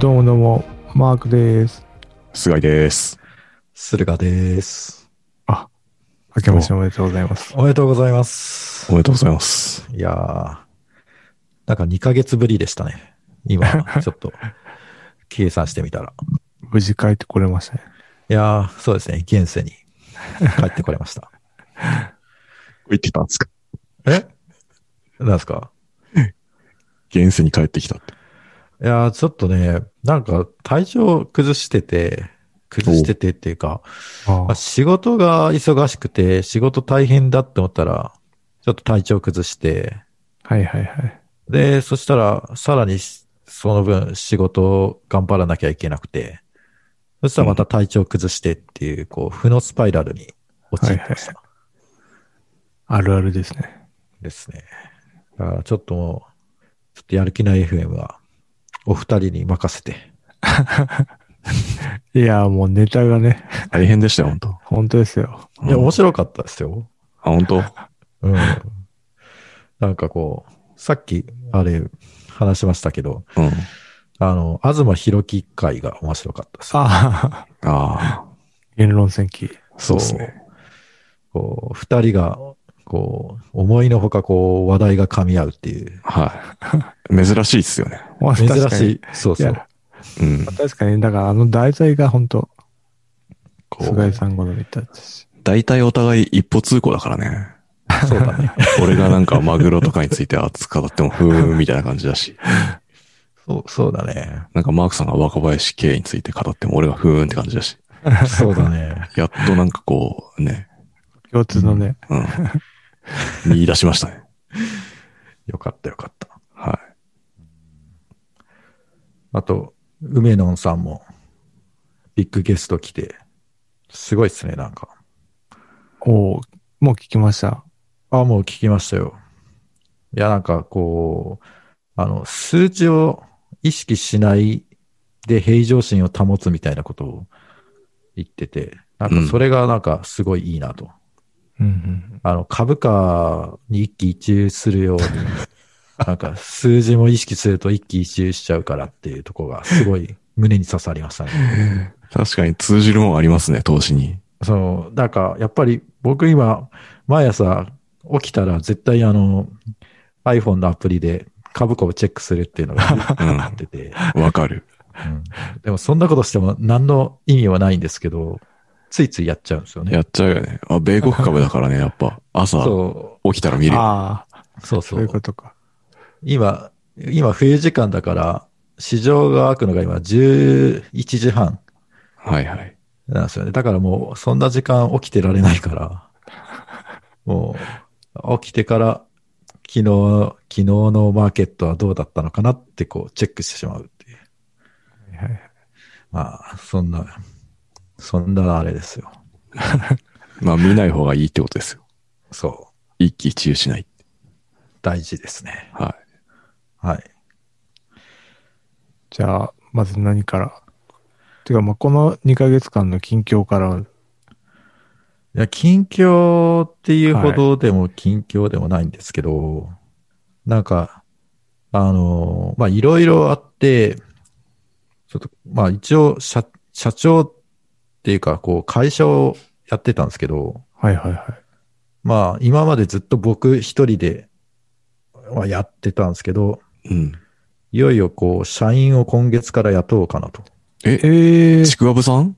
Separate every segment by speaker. Speaker 1: どうもどうも、マークです。
Speaker 2: 菅井です。
Speaker 3: 駿河です。
Speaker 1: 明けましておめでとうございます。
Speaker 3: おめでとうございます
Speaker 2: お。めでとうございます。
Speaker 3: いやー、なんか2ヶ月ぶりでしたね。今、ちょっと、計算してみたら。
Speaker 1: 無事帰ってこれましたね。
Speaker 3: いやー、そうですね。現世に帰ってこれました。
Speaker 2: 言ってたんですか
Speaker 3: えなんですか
Speaker 2: 現世に帰ってきたって。
Speaker 3: いやー、ちょっとね、なんか体調崩してて、崩しててっていうか、
Speaker 1: あ
Speaker 3: まあ、仕事が忙しくて、仕事大変だって思ったら、ちょっと体調崩して、
Speaker 1: はいはいはい。
Speaker 3: で、そしたら、さらにし、その分仕事を頑張らなきゃいけなくて、そしたらまた体調崩してっていう、こう、負のスパイラルに陥ってました。
Speaker 1: あるあるですね。
Speaker 3: ですね。だからちょっともう、ちょっとやる気ない FM は、お二人に任せて。
Speaker 1: いやー、もうネタがね、
Speaker 2: 大変でしたよ、本当
Speaker 1: 本当ですよ。
Speaker 3: いや、
Speaker 2: うん
Speaker 3: 面白かったですよ。
Speaker 2: あ、本当
Speaker 3: うん。なんかこう、さっき、あれ、話しましたけど、
Speaker 2: うん。
Speaker 3: あの、東博樹会が面白かったです。
Speaker 1: ああ、
Speaker 2: ああ、
Speaker 1: 言論戦記。
Speaker 2: そうですね。
Speaker 3: こう、二人が、こう、思いのほか、こう、話題が噛み合うっていう。
Speaker 2: はい。珍しいっすよね。
Speaker 1: まあ
Speaker 3: 珍
Speaker 1: 確か
Speaker 3: し
Speaker 1: に
Speaker 3: い。そう
Speaker 1: い
Speaker 3: そう。
Speaker 1: や、
Speaker 2: うん
Speaker 1: まあ。確かに、だからあの題材が本当
Speaker 2: こ
Speaker 1: 菅井
Speaker 2: う、
Speaker 1: さん好みだったし。
Speaker 2: 大体お互い一歩通行だからね。
Speaker 3: そうだ ね。
Speaker 2: 俺がなんかマグロとかについて熱く語っても、ふーん、みたいな感じだし。
Speaker 3: そう、そうだね。
Speaker 2: なんかマークさんが若林系について語っても、俺がふーんって感じだし。
Speaker 3: そうだね。
Speaker 2: やっとなんかこう、ね。
Speaker 1: 共通のね、
Speaker 2: うん。見出しましたね。
Speaker 3: よかったよかった。
Speaker 2: は
Speaker 3: あと、梅野さんも、ビッグゲスト来て、すごいっすね、なんか。
Speaker 1: おーもう聞きました。
Speaker 3: あ、もう聞きましたよ。いや、なんかこう、あの、数値を意識しないで平常心を保つみたいなことを言ってて、なんかそれがなんかすごいいいなと。
Speaker 1: うんうん。
Speaker 3: あの、株価に一喜一憂するように、なんか数字も意識すると一喜一憂しちゃうからっていうところがすごい胸に刺さりましたね。
Speaker 2: い。確かに通じるもんありますね、投資に。
Speaker 3: その、なんかやっぱり僕今、毎朝起きたら絶対あの、iPhone のアプリで株価をチェックするっていうのが
Speaker 2: うん
Speaker 3: やってて、
Speaker 2: わかる。
Speaker 3: うんでもそんなことしても何の意味はないんですけど、ついついやっちゃうんですよね。
Speaker 2: やっちゃうよね。あ、米国株だからね、やっぱ。朝
Speaker 3: そ
Speaker 2: 起きたら見るよ。
Speaker 1: ああ、
Speaker 3: う、そうそ
Speaker 1: そういうう。ことか。
Speaker 3: 今、今冬時間だから、市場が開くのが今11時半
Speaker 2: はいはい。
Speaker 3: なんですよね。だからもうそんな時間起きてられないから、もう起きてから昨日、昨日のマーケットはどうだったのかなってこうチェックしてしまうっていう。
Speaker 1: はいはいはい
Speaker 3: まあ、そんな、そんなあれですよ。
Speaker 2: まあ見ない方がいいってことですよ。
Speaker 3: そ
Speaker 2: 一喜一憂しない。
Speaker 3: う。大事ですね。
Speaker 2: は
Speaker 3: はい。
Speaker 1: じゃあ、まず何から。てか、まあ、この2ヶ月間の近況から、
Speaker 3: いや、近況っていうほどでも近況でもないんですけど、なんか、あの、まあ、いろいろあって、ちょっと、まあ、一応、社、社長っていうか、こう、会社をやってたんですけど、
Speaker 1: はいはいはい。
Speaker 3: まあ、今までずっと僕一人で、まあ、やってたんですけど、
Speaker 2: い。うん。
Speaker 3: いよいよ、こう、社員を今月から雇おうかなと。
Speaker 2: え、
Speaker 1: ええ
Speaker 2: ちくわぶさん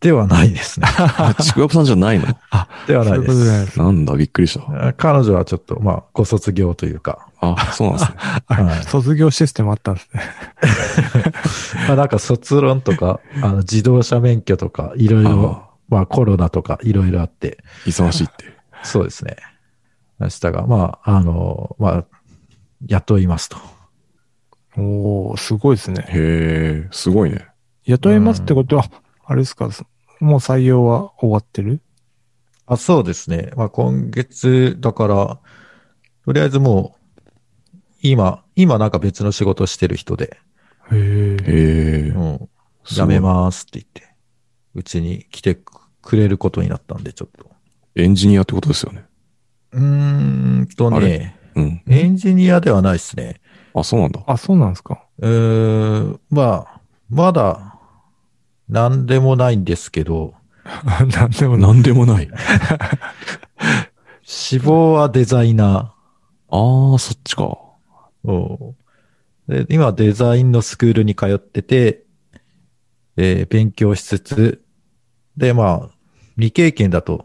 Speaker 3: ではないですね。
Speaker 2: あちくわぶさんじゃないの
Speaker 3: ではな
Speaker 1: そういう
Speaker 3: いで
Speaker 1: ことじゃない
Speaker 3: す
Speaker 1: で。
Speaker 2: なんだ、びっくりした。
Speaker 3: 彼女はちょっと、まあ、ご卒業というか、
Speaker 2: あ、そうなんですね。
Speaker 3: はい
Speaker 1: 卒業システムあったんですね。
Speaker 3: まあなんか卒論とか、あの自動車免許とか、いろいろ、
Speaker 2: あ
Speaker 3: まあコロナとかいろいろあって、
Speaker 2: 忙しいっていう。
Speaker 3: そうですね。明日が、まあ、あの、まあ、雇いますと。
Speaker 1: おおすごいですね。
Speaker 2: へえ、すごいね。
Speaker 1: 雇いますってことは、あれですか、もう採用は終わってる
Speaker 3: あ、そうですね。まあ今月、だから、とりあえずもう、今、今なんか別の仕事してる人で、
Speaker 1: へえ。
Speaker 2: へえ
Speaker 3: う。ん、辞めますって言って、うちに来てくれることになったんで、ちょっと。
Speaker 2: すごい。エンジニアってことですよね。
Speaker 3: うーんと
Speaker 2: あ
Speaker 3: ね、
Speaker 2: うん。
Speaker 3: エンジニアではないですね。
Speaker 2: あ、そうなんだ。
Speaker 1: あ、そうなんですか。
Speaker 3: うーんまあ、まだ、なんでもないんですけど、
Speaker 1: なんでもない。
Speaker 2: なんでもない。
Speaker 3: 志望はデザイナ
Speaker 2: ああ、そっちか。
Speaker 3: ー。おうで今、デザインのスクールに通ってて、えー勉強しつつ、で、まあ、未経験だと、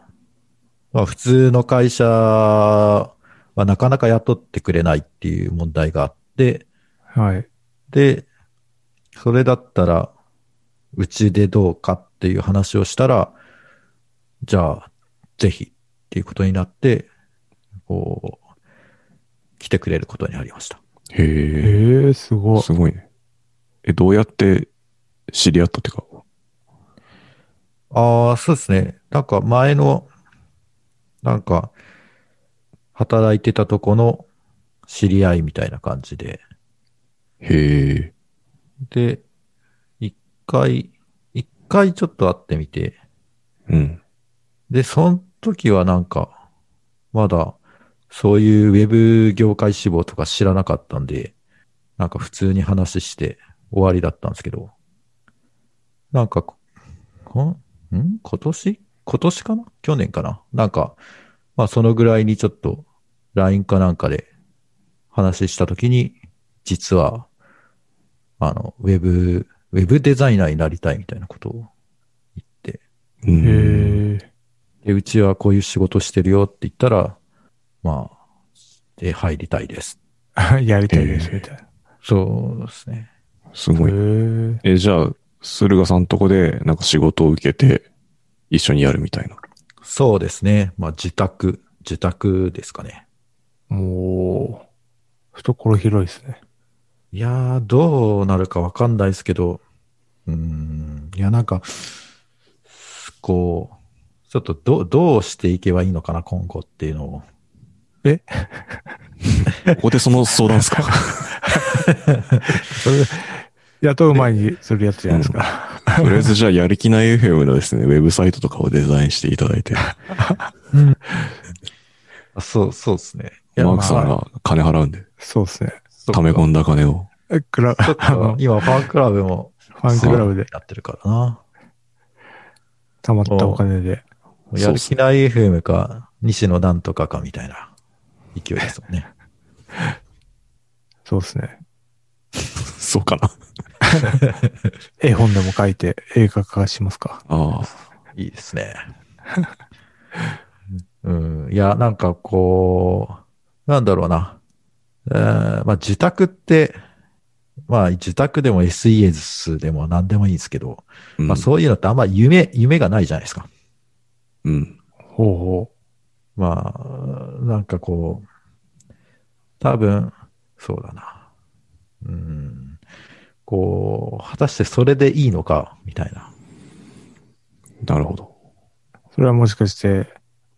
Speaker 3: まあ、普通の会社はなかなか雇ってくれないっていう問題があって、
Speaker 1: はい。
Speaker 3: で、それだったら、うちでどうかっていう話をしたら、じゃあ、ぜひっていうことになって、こう、来てくれることになりました。
Speaker 1: え
Speaker 2: へ
Speaker 1: ー、すご
Speaker 2: え。
Speaker 1: い。
Speaker 2: すごいね。え、どうやって知り合ったってか。
Speaker 3: ああ、そうですね。なんか前の、なんか、働いてたとこの知り合いみたいな感じで、
Speaker 2: へえ。
Speaker 3: で、一回、一回ちょっと会ってみて、
Speaker 2: うん。
Speaker 3: で、その時はなんか、まだ、そういうウェブ業界志望とか知らなかったんで、なんか普通に話して終わりだったんですけど、なんかこ、こんん今年今年かな去年かななんか、まあそのぐらいにちょっと LINE かなんかで話した時に、実は、あの、ウェブ、ウェブデザイナーになりたいみたいなことを言って、
Speaker 2: う
Speaker 1: へ
Speaker 2: ん。
Speaker 1: ー
Speaker 3: で、うちはこういう仕事してるよって言ったら、まあ、で、入りたいです。
Speaker 1: やりたいです、みたいな。
Speaker 3: そうですね。
Speaker 2: すごい。
Speaker 1: へ
Speaker 2: え、じゃあ、駿河さんとこで、なんか仕事を受けて、一緒にやるみたいな。
Speaker 3: そうですね。まあ、自宅、自宅ですかね。
Speaker 1: え。もう、懐広いですね。
Speaker 3: いやー、どうなるかわかんないですけど、うーん、いや、なんか、こう、ちょっとど、どうしていけばいいのかな、今後っていうのを。
Speaker 2: ここでその相談です か
Speaker 1: それ、雇う前にするやつじゃないですか。
Speaker 2: とりあえずじゃあ、やる気ない FM のですね、ウェブサイトとかをデザインしていただいて、
Speaker 3: あそう、そうですね。いや
Speaker 2: マークさん
Speaker 3: まあ
Speaker 2: が金払うんで、
Speaker 1: そうですね。
Speaker 3: そっ
Speaker 2: 溜
Speaker 3: か
Speaker 2: め込んだ金を。
Speaker 1: え クラ、
Speaker 3: ちょっ
Speaker 1: あ の
Speaker 3: と、今、ファンクラブも
Speaker 1: ファンクラブで
Speaker 3: やってるからな。
Speaker 1: 貯まったお金で。
Speaker 3: やる気ない FM か、西野なんとかかみたいな勢いですも んね。
Speaker 1: そうですね。
Speaker 2: そうかな。
Speaker 1: 絵本でも書いて映画化しますか。
Speaker 2: ああ。
Speaker 3: いいですね。うん、いや、なんかこう、なんだろうな。えーまあ、自宅って、まあ、自宅でも SES でも何でもいいですけど、
Speaker 2: うん
Speaker 3: まあ、そういうのってあんま夢、夢がないじゃないですか。
Speaker 2: うん。
Speaker 1: ほうほ
Speaker 3: まあ、なんかこう、多分、そうだな。うん。こう、果たしてそれでいいのか、みたいな。
Speaker 2: なるほど。
Speaker 1: う。それはもしかして、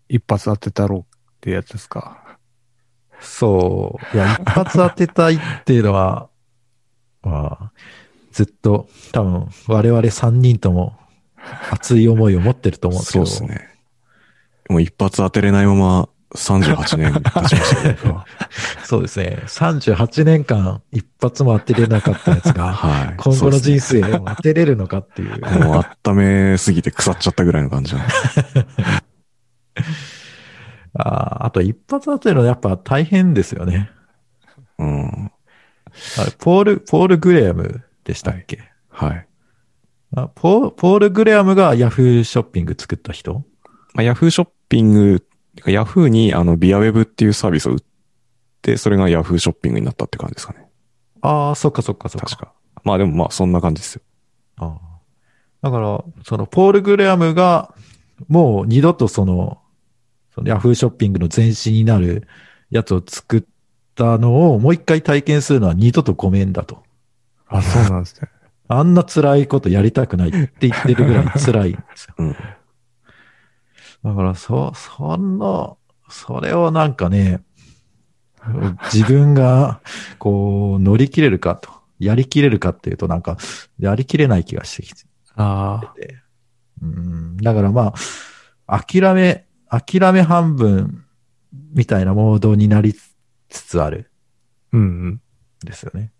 Speaker 1: 一発当てたろうってやつですか。
Speaker 3: そう。いや、一発当てたいっていうのは、 まあ、ずっと、多分、我々3人とも、熱い思いを持ってると思うんですけ
Speaker 2: そう
Speaker 3: ど。
Speaker 2: ですね。もう一発当てれないまま38年経ちましたね僕は。
Speaker 3: そうですね。38年間、一発も当てれなかったやつ が、
Speaker 2: はい。
Speaker 3: 今後の人
Speaker 2: 生。
Speaker 3: 生を当てれるのかっていう。
Speaker 2: もう温めすぎて腐っちゃったぐらいの感じなんです。
Speaker 3: ああ、あと一発当てるのやっぱ大変ですよね。
Speaker 2: うん。
Speaker 3: あれ、ポール、ポール・グレアムでしたっけ、
Speaker 2: はい。
Speaker 3: あポーポール・グレアムがヤフーショッピング作った人
Speaker 2: まあ、ヤフーショッピング、ヤフーにあのビアウェブっていうサービスを売って、それがヤフーショッピングになったって感じですかね。
Speaker 3: ああ、そっかそっかそっか。
Speaker 2: 確か。まあでもまあそんな感じですよ。
Speaker 3: ああだから、そのポール・グレアムが、もう二度とその、そのヤフーショッピングの前身になるやつを作ったのをもう一回体験するのは二度とごめんだと。
Speaker 1: あ、そうなんですね。
Speaker 3: あんな辛いことやりたくないって言ってるぐらい辛いんですよ。
Speaker 2: うん
Speaker 3: だから、そ、その、それをなんかね、自分が、こう、乗り切れるかと、やりきれるかっていうと、なんか、やりきれない気がしてきて
Speaker 1: あ
Speaker 3: て。うん、だからまあ、諦め、諦め半分みたいなモードになりつつある。
Speaker 1: うんうん。
Speaker 3: ですよね。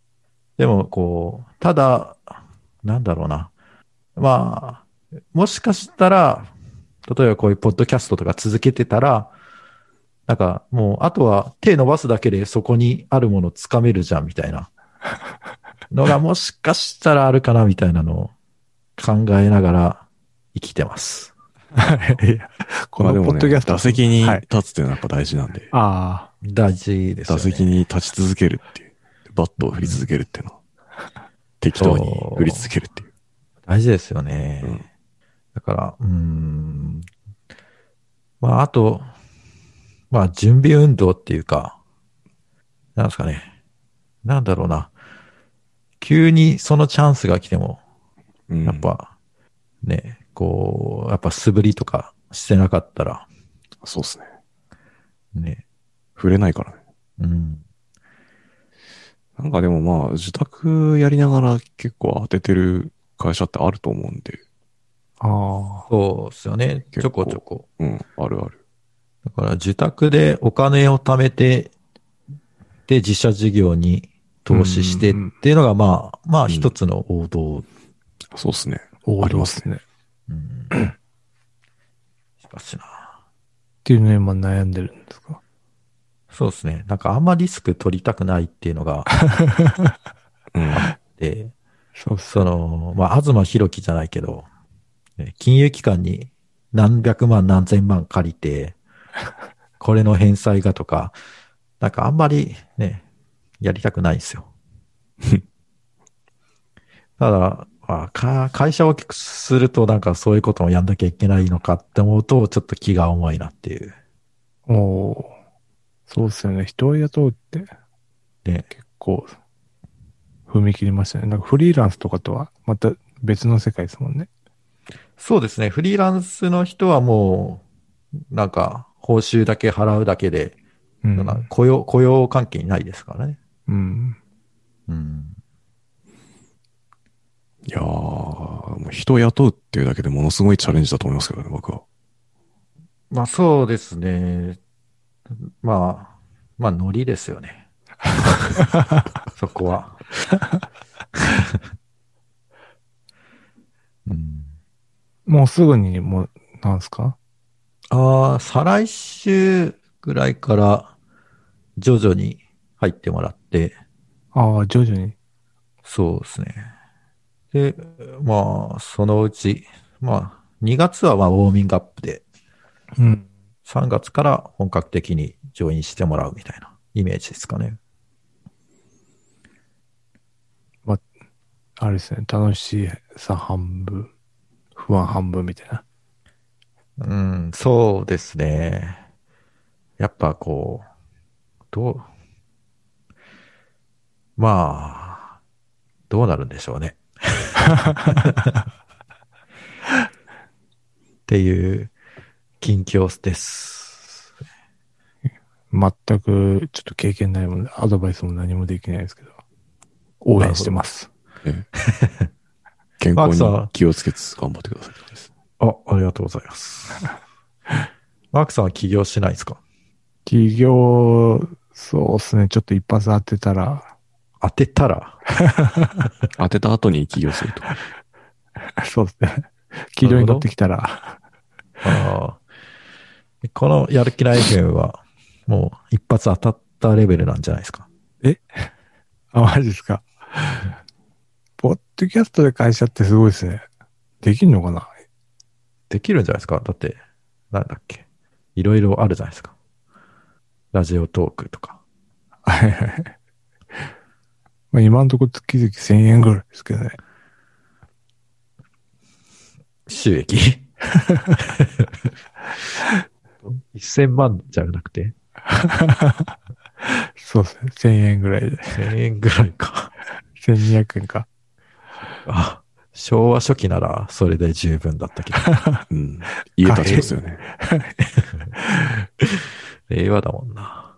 Speaker 3: でも、こう、ただ、なんだろうな。まあ、もしかしたら、例えばこういうポッドキャストとか続けてたら、なんかもう、あとは手伸ばすだけでそこにあるものつかめるじゃん、みたいなのがもしかしたらあるかな、みたいなのを考えながら生きてます。
Speaker 1: いやこ
Speaker 2: まあで
Speaker 1: の
Speaker 2: も
Speaker 1: ポッドキャ
Speaker 2: ね、
Speaker 1: スト。
Speaker 2: 打席に
Speaker 1: はい
Speaker 2: 立つっていうのはやっぱ大事なんで、
Speaker 1: あ
Speaker 3: 大事ですよ
Speaker 2: 打
Speaker 3: ね。
Speaker 2: 席に立ち続けるっていう、バットを振り続けるっていう のは、適当に振り続けるっていう。
Speaker 3: 大事ですよね。
Speaker 2: うん
Speaker 3: だから、うーん。まあ、あと、まあ、準備運動っていうか、なんですかね。なんだろうな。急にそのチャンスが来ても、
Speaker 2: うん
Speaker 3: やっ、ぱ、ね、こう、やっぱ素振りとかしてなかったら、
Speaker 2: そうですね。
Speaker 3: ね、
Speaker 2: 触れないからね。
Speaker 3: うん。
Speaker 2: なんかでもまあ、自宅やりながら結構当ててる会社ってあると思うんで、
Speaker 1: あ。ああ。
Speaker 3: そうですよね。ち
Speaker 2: 結
Speaker 3: ょ
Speaker 2: 構
Speaker 3: こちょこ。
Speaker 2: うん、あるある。
Speaker 3: だから、自宅でお金を貯めて、で、自社事業に投資してっ
Speaker 1: うんうんうん
Speaker 3: ていうのが、まあ、ま
Speaker 2: う
Speaker 3: あ、
Speaker 2: ん
Speaker 3: 一つの王道
Speaker 2: そうですね。
Speaker 1: 王
Speaker 2: あり
Speaker 1: 道
Speaker 2: ま
Speaker 1: ですすね。っ
Speaker 3: うんしかしな。
Speaker 1: ていうのに今悩んでるんですか。
Speaker 3: そうですね。なんかあんまリスク取りたくないっていうのがあ
Speaker 2: うん。
Speaker 3: って、
Speaker 1: そうっす
Speaker 3: その、まあ、東博樹じゃないけど、ね金融機関に何百万何千万借り て、これの返済がとか、なんかあんまりね、やりたくないん ですよ。ただ、まあか会社を大きくするとなんかそういうこともやんなきゃいけないのかって思うと、ちょっと気が重いなっていう。
Speaker 1: おおー。そうっすよね。人を雇うって
Speaker 3: ね、
Speaker 1: 結構踏み切りましたね。なんかフリーランスとかとはまた別の世界ですもんね。
Speaker 3: そうですね。フリーランスの人はもう、なんか、報酬だけ払うだけで、
Speaker 1: うん。
Speaker 3: なんか雇用、雇用関係にないですからね。
Speaker 1: うん。
Speaker 3: うん。
Speaker 2: いやー、もう人を雇うっていうだけでものすごいチャレンジだと思いますけどね、僕は。
Speaker 3: まあそうですね。まあ、まあノリですよね。そこは。うん、
Speaker 1: もうすぐにもう、なんすか
Speaker 3: ああ、再来週ぐらいから徐々に入ってもらって、
Speaker 1: ああ、徐々に。
Speaker 3: そうですね。で、まあ、そのうち、まあ、2月はまあウォーミングアップで、
Speaker 1: うん。
Speaker 3: 3月から本格的にジョインしてもらうみたいなイメージですかね。
Speaker 1: あれですね。楽しいさ半分、不安半分みたいな。
Speaker 3: うん、そうですね。やっぱこう、どう、まあ、どうなるんでしょうね。っていう近況です。
Speaker 1: 全くちょっと経験ないもんで、アドバイスも何もできないですけど、応援してます。
Speaker 2: ええ健
Speaker 3: マーク
Speaker 2: 康
Speaker 3: さん
Speaker 2: に気をつけつつ頑張ってくださいってことです。
Speaker 3: あ、ありがとうございます。マークさんは起業しないですか
Speaker 1: 企業、そうですね。ちょっと一発当てたら、
Speaker 3: 当てたら、
Speaker 2: 当てた後に起業すると。
Speaker 1: そうです ね。企業に乗ってきたら、
Speaker 3: あーこのやる気ない FM は、もう一発当たったレベルなんじゃないですか。
Speaker 1: あ、マジですか。ポッドキャストで会社ってすごいですね。できんのかな
Speaker 3: できるんじゃないですかだって、なんだっけ。いろいろあるじゃないですか。ラジオトークとか。
Speaker 1: はいはい。まあ今んとこ月々1000円ぐらいですけどね。
Speaker 3: 収 益。1000万じゃなくて、
Speaker 1: そうですね。1000円ぐらいで。
Speaker 3: 1000円ぐらいか。
Speaker 1: 1200円か。
Speaker 3: あ、昭和初期ならそれで十分だったけど。
Speaker 2: うん。家建ちますよね。
Speaker 3: 令和だもんな。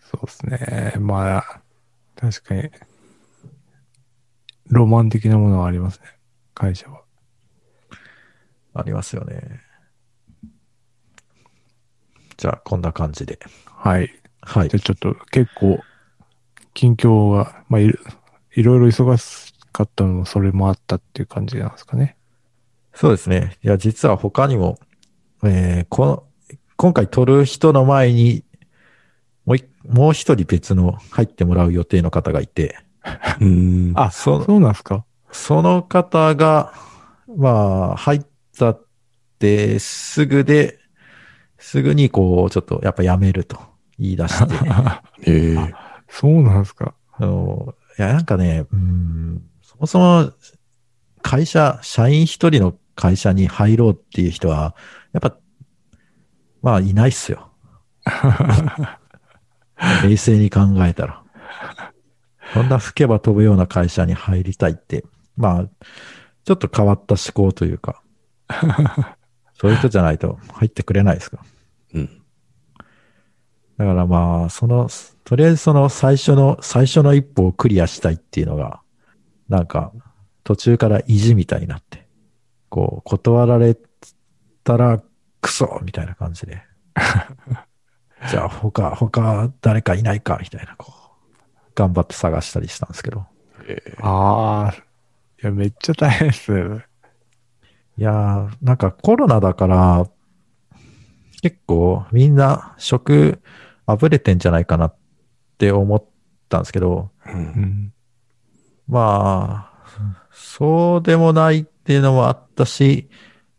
Speaker 1: そうですね。まあ、確かに、ロマン的なものはありますね。会社は。
Speaker 3: ありますよね。じゃあ、こんな感じで。
Speaker 1: はい。
Speaker 3: はい
Speaker 1: じゃ。あちょっと結構、近況が、まあいろ、いろいろ忙しかったのもそれもあったっていう感じなんですかね。
Speaker 3: そうですね。いや、実は他にも、えーこの、今回撮る人の前に、もういもう一人別の入ってもらう予定の方がいて、
Speaker 2: うーん。
Speaker 1: あ、
Speaker 3: そ
Speaker 1: そうなんですか
Speaker 3: その方が、まあ、入ったってすぐで、すぐにこう、ちょっとやっぱやめると言い出して、
Speaker 2: ええ
Speaker 1: そうなんですか
Speaker 3: あのいや、なんかね、うん、そもそも会社、社員一人の会社に入ろうっていう人は、やっぱ、まあ、いないっすよ。冷静に考えたら。こんな吹けば飛ぶような会社に入りたいって、まあ、ちょっと変わった思考というか、そういう人じゃないと入ってくれないですか。
Speaker 2: うん。
Speaker 3: だからまあ、その、とりあえずその最初の、最初の一歩をクリアしたいっていうのが、なんか、途中から意地みたいになって、こう、断られたら、クソみたいな感じで。じゃあ、他、他、誰かいないかみたいな、こう、頑張って探したりしたんですけど。
Speaker 1: ああ。いや、めっちゃ大変っすよね。
Speaker 3: いやー、なんかコロナだから、結構みんな食あぶれてんじゃないかなって思ったんですけど、
Speaker 2: う
Speaker 1: うんん。
Speaker 3: まあ、そうでもないっていうのもあったし、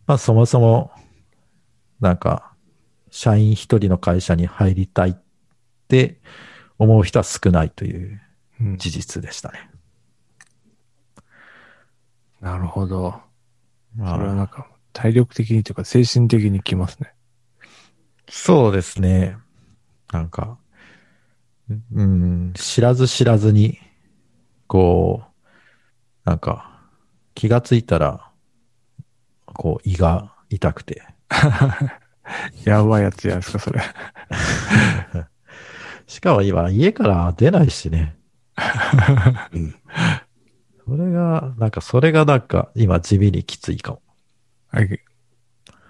Speaker 3: まあそもそも、なんか、社員一人の会社に入りたいって思う人は少ないという
Speaker 1: うん
Speaker 3: 事実でしたね。
Speaker 1: なるほど。
Speaker 3: ま
Speaker 1: それは
Speaker 3: あ、
Speaker 1: なんか、体力的にというか、精神的にきますね。
Speaker 3: そうですね。なんか、うん、知らず知らずに、こう、なんか、気がついたら、こう、胃が痛くて、
Speaker 1: やばいやつじゃないですか、それ。
Speaker 3: しかも今、家から出ないしね。
Speaker 2: うん
Speaker 3: それが、なんか、それがなんか、今、地味にきついかも。
Speaker 1: はい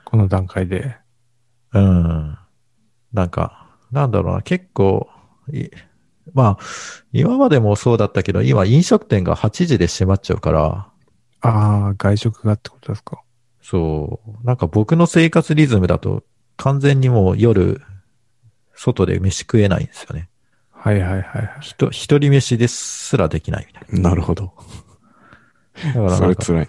Speaker 1: この段階で。
Speaker 3: うん。なんか、なんだろうな、結構、いまあ、今までもそうだったけど、今、飲食店が8時で閉まっちゃうから、
Speaker 1: ああ、外食がってことですか。
Speaker 3: そう、なんか僕の生活リズムだと、完全にもう夜、外で飯食えないんですよね。
Speaker 1: はいはいはいはい。
Speaker 3: ひと、一人飯ですらできないみたい
Speaker 2: なるほど。
Speaker 3: な。だから
Speaker 2: そ
Speaker 3: な
Speaker 2: れ
Speaker 3: んか、
Speaker 2: 辛い。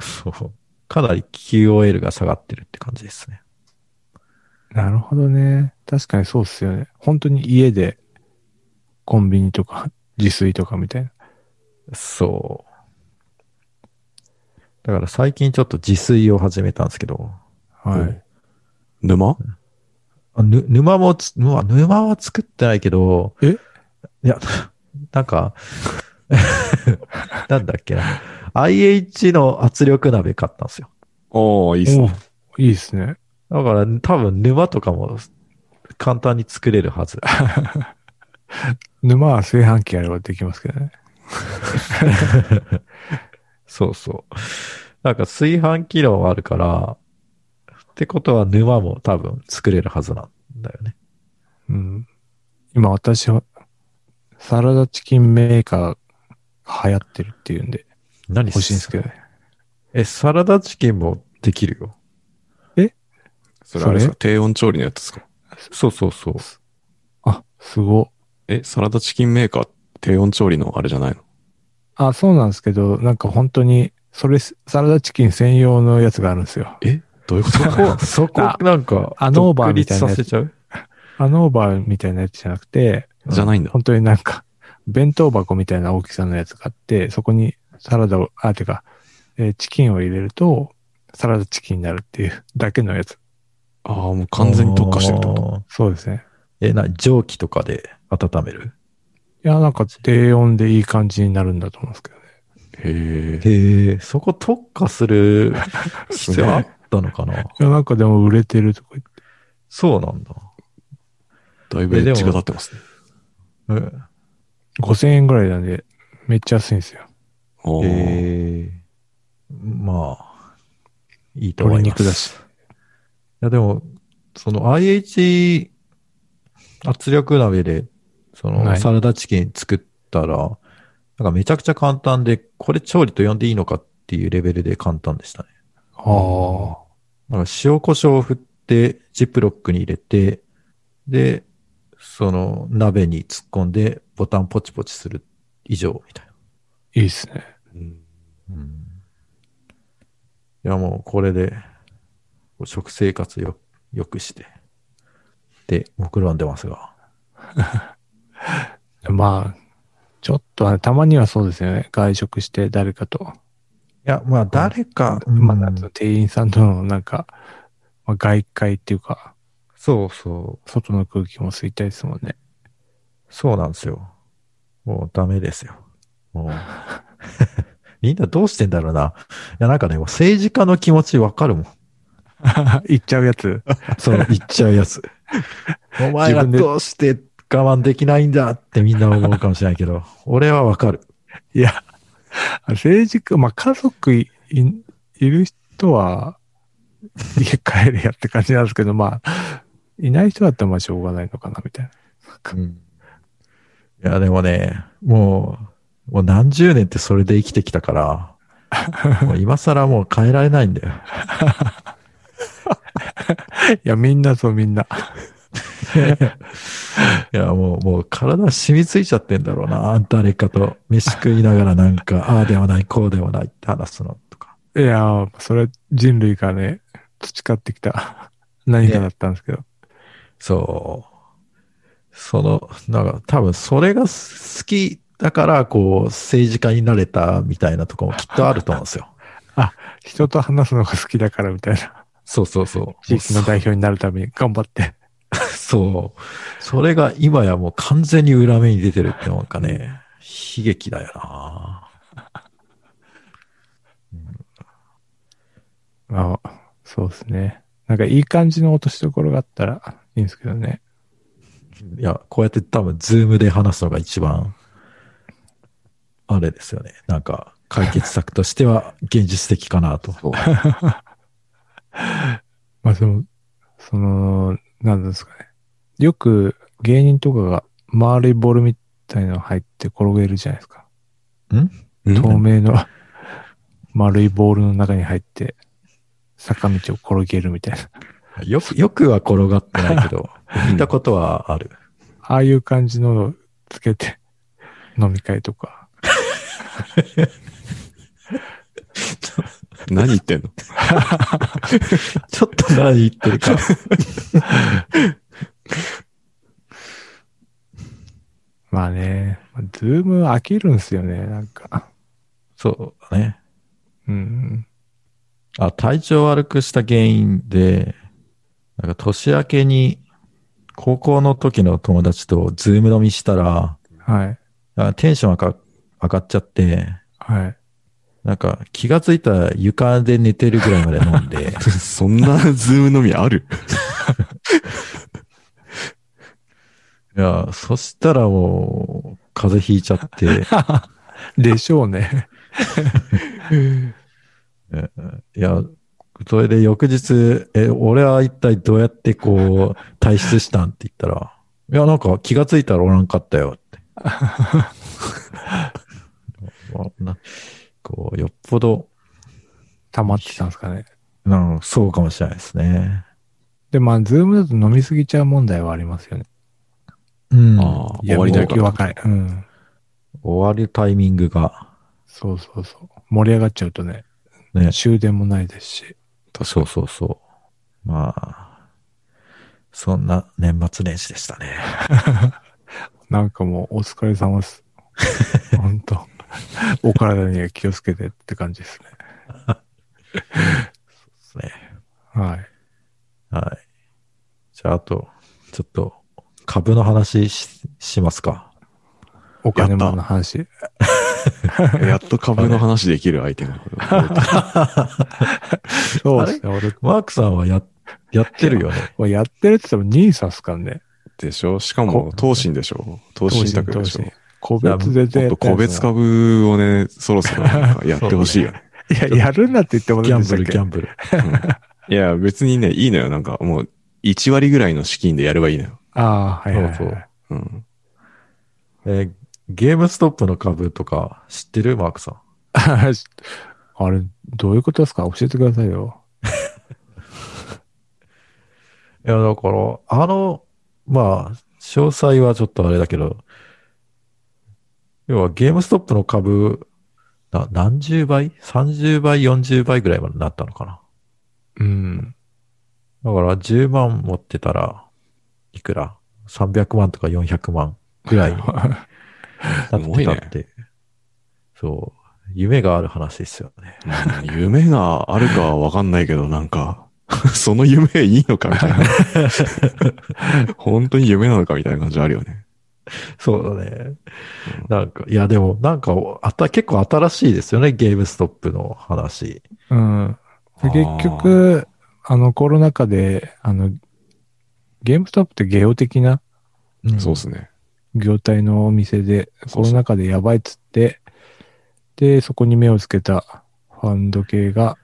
Speaker 3: そう。かなり QOL が下がってるって感じですね。
Speaker 1: なるほどね。確かにそうっすよね。本当に家で、コンビニとか、自炊とかみたいな。
Speaker 3: そう。だから最近ちょっと自炊を始めたんですけど、
Speaker 1: はい。
Speaker 2: 沼
Speaker 3: あぬ沼もつ、沼沼は作ってないけど、
Speaker 1: え
Speaker 3: いや、 なんか、 なんだっけな。IH の圧力鍋買ったんですよ。
Speaker 2: ああ、いいっす
Speaker 1: お
Speaker 2: ね。
Speaker 1: ういいっすね。
Speaker 3: だから多分沼とかも簡単に作れるはず。
Speaker 1: 沼は炊飯器やればできますけどね。
Speaker 3: そうそう。なんか炊飯機能あるから、ってことは沼も多分作れるはずなんだよね。
Speaker 1: うん。今私は、サラダチキンメーカーが流行ってるっていうんで、
Speaker 3: 何
Speaker 1: 欲しいんですけどね。
Speaker 3: え、サラダチキンもできるよ。
Speaker 2: それあれですか
Speaker 1: そ
Speaker 2: 低温調理のやつですか
Speaker 3: そうそうそう。
Speaker 1: あ、すご。
Speaker 2: え、サラダチキンメーカー低温調理のあれじゃないの
Speaker 1: あ、そうなんですけど、なんか本当に、それ、サラダチキン専用のやつがあるんですよ。
Speaker 2: えどういうこと
Speaker 3: そこ、 そこ
Speaker 1: あ
Speaker 3: なんか、
Speaker 1: あノーバーみたいな
Speaker 3: 独
Speaker 1: やつ
Speaker 3: 立させちゃう
Speaker 1: アノーバーみたいなやつじゃなくて、
Speaker 2: じゃないんだ。
Speaker 1: 本当になんか、弁当箱みたいな大きさのやつがあって、そこにサラダを、あ、てか、えーチキンを入れると、サラダチキンになるっていうだけのやつ。
Speaker 2: ああ、もう完全に特化してるってこと。
Speaker 3: と。
Speaker 1: そうですね。
Speaker 3: え、な、蒸気とかで温める
Speaker 1: いや、なんか低温でいい感じになるんだと思うんですけどね。
Speaker 2: へえ。
Speaker 3: へえ、そこ特化する必要あったのかない
Speaker 1: や、なんかでも売れてるとか言って。
Speaker 3: そうなんだ。
Speaker 2: だいぶエッジが立ってますね。
Speaker 3: うん
Speaker 1: 5000円ぐらいなんで、めっちゃ安いんですよ。
Speaker 2: おー
Speaker 3: ええまあ、いいと思い
Speaker 1: 鶏
Speaker 3: ます。
Speaker 1: 肉だし
Speaker 3: い。や、でも、その IH 圧力鍋で、そ
Speaker 1: は
Speaker 3: の
Speaker 1: い
Speaker 3: サラダチキン作ったら、なんかめちゃくちゃ簡単で、これ調理と呼んでいいのかっていうレベルで簡単でしたね。
Speaker 1: あ
Speaker 3: なんか塩胡椒を振って、ジップロックに入れて、で、その鍋に突っ込んで、ボタンポチポチする以上みたいな。
Speaker 1: いいですね。
Speaker 2: うん
Speaker 3: うんいやもうこれで、食生活よ、良くして、で、目論んでますが。
Speaker 1: まあ、ちょっとね、たまにはそうですよね。外食して誰かと。
Speaker 3: いや、まあ誰か、
Speaker 1: まあ、
Speaker 3: うん
Speaker 1: なんつうの店員さんとのなんか、まあ、外界っていうか、
Speaker 3: そうそ
Speaker 1: 外の空気も吸いたいですもんね。
Speaker 3: う、そうなんですよ。もうダメですよ。 もう。みんなどうしてんだろうな。いや、なんかね、もう政治家の気持ちわかるもん。
Speaker 1: 行っちゃうやつ。
Speaker 3: そう、言っちゃうや つ。お前ら
Speaker 1: 自分で
Speaker 3: どうして我慢できないんだってみんな思うかもしれないけど、俺はわかる。
Speaker 1: いや、政治家、まあ家族いいいる人は、家帰れやって感じなんですけど、まあ、いない人だったらまあしょうがないのかな、みたいな。
Speaker 3: うんいや、でもね、もう、もう何十年ってそれで生きてきた から、もう今更もう変えられないんだよ。
Speaker 1: いや、みんなそうみんな。
Speaker 3: いや、もう、もう体染みついちゃってんだろうな。誰かと飯食いながらなん か、ああでもない、こうでもないって話すのとか。
Speaker 1: いや、それ人類がね、培ってきた何かだったんですけど。
Speaker 3: そう。その、なんか多分それが好きだから、こう、政治家になれたみたいなとこもきっとあると思うんですよ。
Speaker 1: 人と話すのが好きだから、みたいな。
Speaker 3: そうそうそう。
Speaker 1: 地域の代表になるために頑張って。
Speaker 3: そう。それが今やもう完全に裏目に出てるってなんかね、悲劇だよな。
Speaker 1: まあ、そうですね。なんかいい感じの落としどころがあったらいいんですけどね。
Speaker 3: いや、こうやって多分ズームで話すのが一番、あれですよね。なんか解決策としては現実的かなと。
Speaker 2: そう。
Speaker 1: まあ、その、その、なんですかね。よく芸人とかが丸いボールみたいなの入って転げるじゃないですか。透明の 丸いボールの中に入って、坂道を転げるみたいな。
Speaker 3: よく、よくは転がってないけ ど、見たことはある。
Speaker 1: ああいう感じのをつけて、飲み会とか。
Speaker 2: 何言ってんの、
Speaker 3: ちょっと何言ってる か。
Speaker 1: まあね、ズーム飽きるんですよね、なんか。
Speaker 3: そうだね。
Speaker 1: うん。
Speaker 3: あ、体調悪くした原因で、なんか年明けに、高校の時の友達とズーム飲みしたら、
Speaker 1: はい。
Speaker 3: あテンション上が上がっちゃって、
Speaker 1: はい。
Speaker 3: なんか気がついたら床で寝てるぐらいまで飲んで
Speaker 2: そんなズームのみあ る
Speaker 3: いや、そしたらもう、風邪ひいちゃって、
Speaker 1: でしょうね。
Speaker 3: いや、それで翌日、え、俺は一体どうやってこう、退出したんって言ったら、いや、なんか気がついたらおらんかったよって。 まあなこう、よっぽど、
Speaker 1: 溜まってたんですかね。
Speaker 3: なんそうかもしれないですね。
Speaker 1: で、まあ、ズームだと飲みすぎちゃう問題はありますよね。
Speaker 3: うん。
Speaker 2: ああ
Speaker 3: い
Speaker 2: 終
Speaker 3: や
Speaker 2: わりだ
Speaker 3: も
Speaker 2: よ
Speaker 3: う
Speaker 1: もう若い。うん。
Speaker 3: 終わるタイミングが、
Speaker 1: そうそうそう。盛り上がっちゃうとね、
Speaker 3: ね、
Speaker 1: 終電もないですし。
Speaker 3: そうそうそう。まあ、そんな年末年始でしたね。
Speaker 1: なんかもう、お疲れ様 です。ほんと。お体には気をつけてって感じですね。
Speaker 3: そうですね。
Speaker 1: はい。
Speaker 3: はい。じゃあ、あと、ちょっと、株の話ししますか。
Speaker 1: お金もの話。
Speaker 2: やっと株の話できる相手が。
Speaker 1: そうですね。俺
Speaker 3: マークさ んはや、やってるよね。
Speaker 1: もうやってるって言っても、ニーサスかんね。
Speaker 2: でしょしかも、投信でしょ投信
Speaker 1: 投
Speaker 2: 宅でしょ
Speaker 1: 資個別で
Speaker 2: もっと個別株をね、そろそろなんかやってほしいよね。
Speaker 1: いや、やるんだって言っても
Speaker 3: ギ
Speaker 1: ら
Speaker 3: ャ
Speaker 1: っ
Speaker 3: ンブル、ギ
Speaker 1: け
Speaker 3: ャンブル。
Speaker 2: うんいや、別にね、いいのよ。なんかもう、1割ぐらいの資金でやればいいのよ。
Speaker 1: ああ、はいはい、はい。
Speaker 3: そうそう
Speaker 2: うん。
Speaker 3: えーゲームストップの株とか知ってるマークさん。
Speaker 1: あれ、どういう ことですか教えてくださいよ。
Speaker 3: いや、だから、あの、まあ、詳細はちょっとあれだけど、要はゲームストップの株、な何十倍 ?30 倍、40倍ぐらいまでなったのかな。
Speaker 1: うん。
Speaker 3: だから10万持ってたら、いくら ?300 万とか400万 ぐらいになってたっ
Speaker 2: す
Speaker 3: て。そう。夢がある話ですよね。
Speaker 2: うん夢があるかはわかんないけど、なんか、 その夢いいのかみたい な。本当に夢なのかみたいな感じあるよね。
Speaker 3: そうだね。なんか、いやでも、なんか、あた、結構新しいですよね、ゲームストップの話。
Speaker 1: うん。で
Speaker 2: あー
Speaker 1: 結局、あの、コロナ禍で、あの、ゲームストップってゲオ的な
Speaker 2: そうで
Speaker 3: っ
Speaker 2: すね。
Speaker 1: 業態のお店で、コ
Speaker 2: うそう
Speaker 1: ロナ禍でやばいっつって、で、そこに目をつけたファンド系が、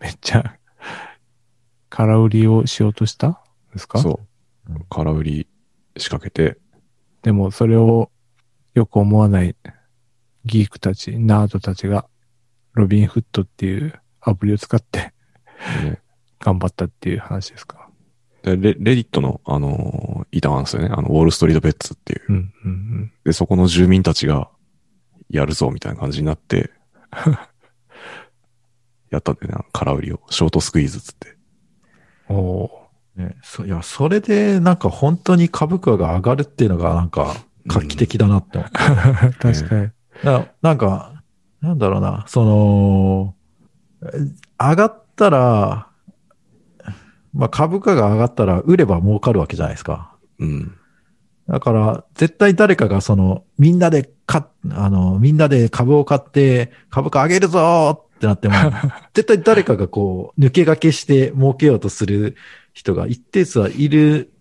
Speaker 1: めっちゃ、空売りをしようとしたんですか
Speaker 2: そう。空売り仕掛けて、
Speaker 1: でも、それをよく思わないギークたち、ナードたちが、ロビンフットっていうアプリを使って
Speaker 2: ね
Speaker 1: 頑張ったっていう話ですか。
Speaker 2: でレレディットの、あのー、いたんですよね。あの、ウォールストリートベッツっていう。
Speaker 1: うん、うん、うん。
Speaker 2: で、そこの住民たちが、やるぞ、みたいな感じになって、 やったんだよね、あの空売りを。ショートスクイーズっつって。
Speaker 1: おお
Speaker 3: ね、そいや、それで、なんか本当に株価が上がるっていうのが、なんか、画期的だなって思う
Speaker 1: ー。 確かに。
Speaker 3: ななんか、なんだろうな、その、え上がったら、まあ株価が上がったら売れば儲かるわけじゃないですか。
Speaker 2: うん。
Speaker 3: だから、絶対誰かがその、みんなで買っ、あの、みんなで株を買って、株価上げるぞーってなっても、絶対誰かがこう、抜け駆けして儲けようとする人が一定数はいる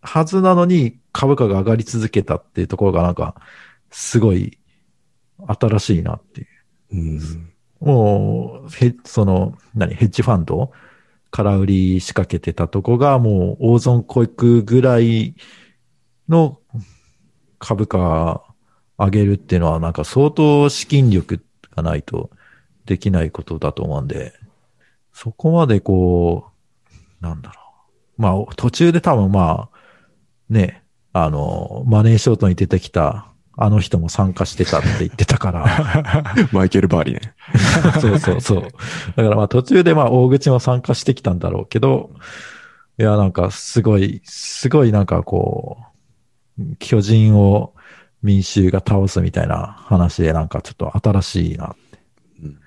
Speaker 3: はずなのに、株価が上がり続けたっていうところがなんか、すごい、新しいなってい
Speaker 2: う
Speaker 3: う。
Speaker 2: ん。
Speaker 3: もう、ヘその、何、ヘッジファンド空売り仕掛けてたとこが、もう、大損こいくぐらいの株価上げるっていうのは、なんか相当資金力がないとできないことだと思うんで、そこまでこう、なんだろう。まあ、途中で多分まあ、ね、あの、マネーショートに出てきた、あの人も参加してたって言ってたから、
Speaker 2: マイケル・バーリーね。
Speaker 3: そうそうそう。だからまあ途中でまあ大口も参加してきたんだろうけど、いやなんかすごい、すごいなんかこう、巨人を民衆が倒すみたいな話でなんかちょっと新しいな。
Speaker 2: うん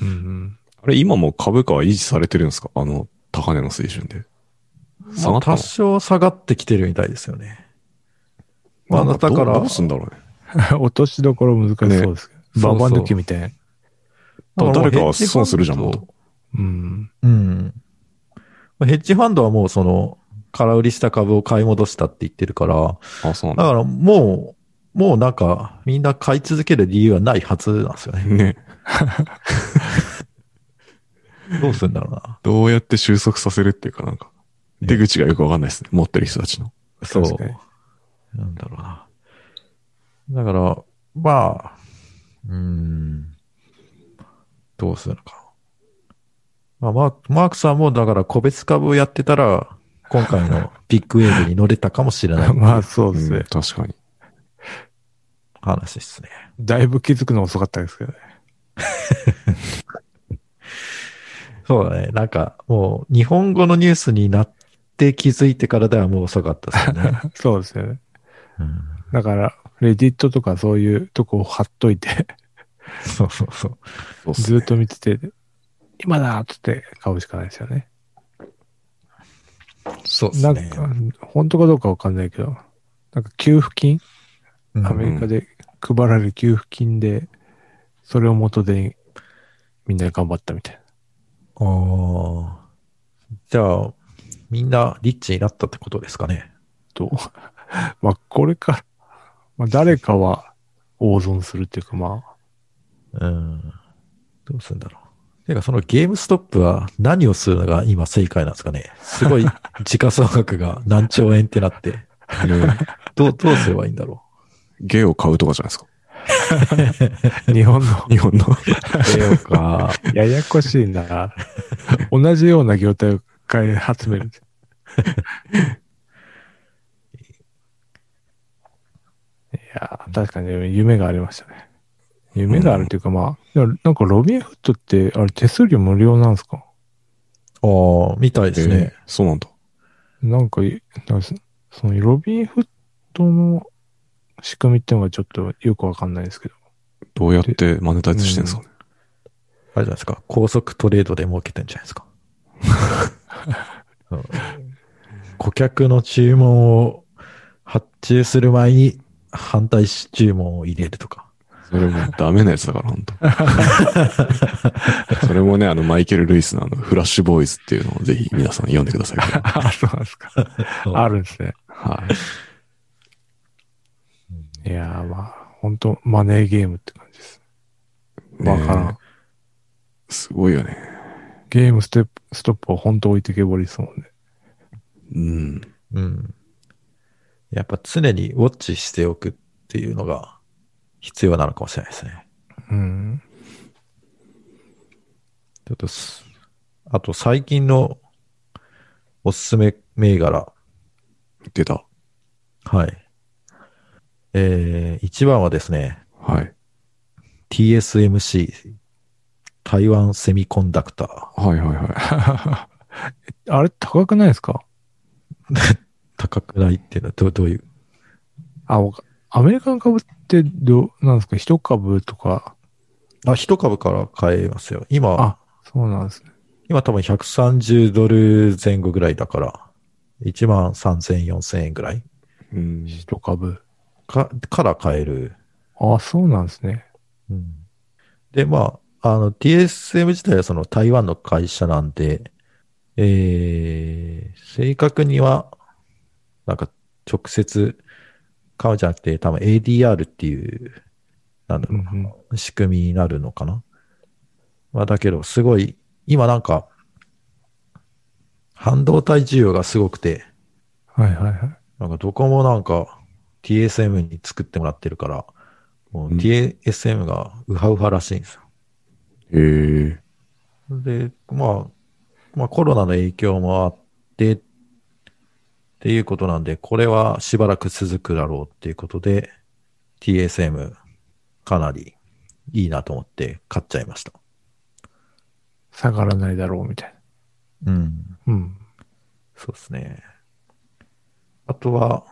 Speaker 1: うんうん。
Speaker 2: あれ、今も株価は維持されてるんですかあの、高値の水準で。下が
Speaker 3: まあ
Speaker 2: ったの
Speaker 3: 多少下がってきてるみたいですよね。まあ
Speaker 2: なん
Speaker 3: だから
Speaker 2: どうどうすんだろうね。
Speaker 1: 落としどころ難しそうですけ
Speaker 3: ね
Speaker 1: ど。ババ
Speaker 3: そうそう
Speaker 1: 抜きみたいな。
Speaker 2: だから誰か
Speaker 3: もうヘッ
Speaker 2: は
Speaker 3: ジファン
Speaker 2: 損
Speaker 3: ド
Speaker 2: するじゃん、もう。
Speaker 1: うん。
Speaker 3: うん。まあヘッジファンドはもうその、空売りした株を買い戻したって言ってるから、
Speaker 2: あ、そう
Speaker 3: だ
Speaker 2: なん
Speaker 3: からもう、もうなんか、みんな買い続ける理由はないはずなんですよ
Speaker 2: だ。
Speaker 3: ね。
Speaker 2: ね。
Speaker 3: どうするんだろうな。
Speaker 2: どうやって収束させるっていうかなんか、出口がよくわかんないですね。持ってる人たちの。
Speaker 3: そう
Speaker 1: 確かに。
Speaker 3: なんだろうな。だから、まあ、うーん、どうするのか。まあ、マークマークさんも、だから個別株をやってたら、今回 のビッグウェーブに乗れたかもしれな い
Speaker 1: まあそうです
Speaker 2: う
Speaker 1: ね
Speaker 2: ん、。確かに。
Speaker 3: 話ですね。
Speaker 1: だいぶ気づくの遅かったですけどね。
Speaker 3: そうだね。なんか、もう、日本語のニュースになって気づいてからではもう遅かったですよ ね。
Speaker 1: そうですよね。
Speaker 3: うん
Speaker 1: だから、レディットとかそういうとこを貼っといて、
Speaker 3: そうそうそう。
Speaker 2: そうっす
Speaker 1: ずっと見てて、今だーっつって買うしかないですよね。
Speaker 3: そうで
Speaker 1: な
Speaker 3: す
Speaker 1: ん
Speaker 3: ね。
Speaker 1: か、本当かどうかわかんないけど、なんか給付金
Speaker 3: うん
Speaker 1: アメリカで配られる給付金で、それを元手にみんなで頑張ったみたいな。
Speaker 3: ああ。じゃあ、みんなリッチになったってことですかね。
Speaker 1: と、 まあこれか、まあ誰かは大損するっていうかまあ、
Speaker 3: うん。どうするんだろう。てか、そのゲームストップは何をするのが今正解なんですかね。す ごい時価総額が何兆円ってなって、
Speaker 2: ね
Speaker 3: どう、どうすればいいんだろ
Speaker 2: 芸を買うとかじゃないですか。
Speaker 1: 日本の。
Speaker 2: 日本の。
Speaker 3: ゲオか。
Speaker 1: ややこしいな。同じような業態を開発める。いやー、確かに夢がありましたね。夢があるというか、まあ、いやなんかロビンフットって、あれ手数料無料なんですか
Speaker 3: ああ、みたいですね。
Speaker 2: えーそうなんだ。
Speaker 1: なんかい、なんかそそのロビンフットの仕組みってのがちょっとよくわかんないですけど。
Speaker 2: どうやってマネタイズしてんですかね。
Speaker 3: あれじゃないですか。高速トレードで儲けてんじゃないで すか。うん顧客の注文を発注する前に反対し注文を入れるとか。
Speaker 2: それもダメなやつだから、本当 それもね、あの、マイケル・ルイスのあの、フラッシュボーイズっていうのをぜひ皆さん読んでください。
Speaker 1: あ、そうなんですか。あるんですね。
Speaker 2: はい。
Speaker 1: いやー、まあ、本当マネーゲームって感じです。
Speaker 2: ね
Speaker 1: わからん。
Speaker 2: すごいよね。
Speaker 1: ゲームステップ、ストップを本当置いてけぼりですもんね。
Speaker 2: うん。
Speaker 3: うん。やっぱ常にウォッチしておくっていうのが必要なのかもしれないですね。
Speaker 1: うん。
Speaker 3: ちょっとす、あと最近のおすすめ銘柄。
Speaker 2: 出た。
Speaker 3: はい。えー、一番はですね、
Speaker 2: はい。
Speaker 3: TSMC、台湾セミコンダクタ
Speaker 2: はいはいは い。
Speaker 1: あれ、高くないですか
Speaker 3: ー。高くないっていうのはどうどういう
Speaker 1: あ、わかアメリカの株ってどう、なんですか一株とか、
Speaker 3: あ、一株から買えますよ。今
Speaker 1: あ、そうなんですね。
Speaker 3: 今多分130ドル前後ぐらいだから、1万3000、4000円ぐらい
Speaker 2: うん。
Speaker 1: 一株。
Speaker 3: か、から買える。
Speaker 1: あ、そうなんですね。
Speaker 3: うんで、まあ、あの、TSM 自体はその台湾の会社なんで、えー、正確には、なんか直接買うんじゃなくて、多分 ADR っていう、なんだろうな、
Speaker 1: うん
Speaker 3: 仕組みになるのかな。まあ、だけど、すごい、今なんか、半導体需要がすごくて、
Speaker 1: はいはいはい。
Speaker 3: なんかどこもなんか TSM に作ってもらってるから、もううん TSM がウハウハらしいんです
Speaker 2: へえ。
Speaker 3: よ。で、まあ、まあコロナの影響もあって、っていうことなんで、これはしばらく続くだろうっていうことで、TSM かなりいいなと思って買っちゃいました。
Speaker 1: 下がらないだろう、みたい
Speaker 3: うん。
Speaker 1: な。うん。
Speaker 3: そうですね。あとは、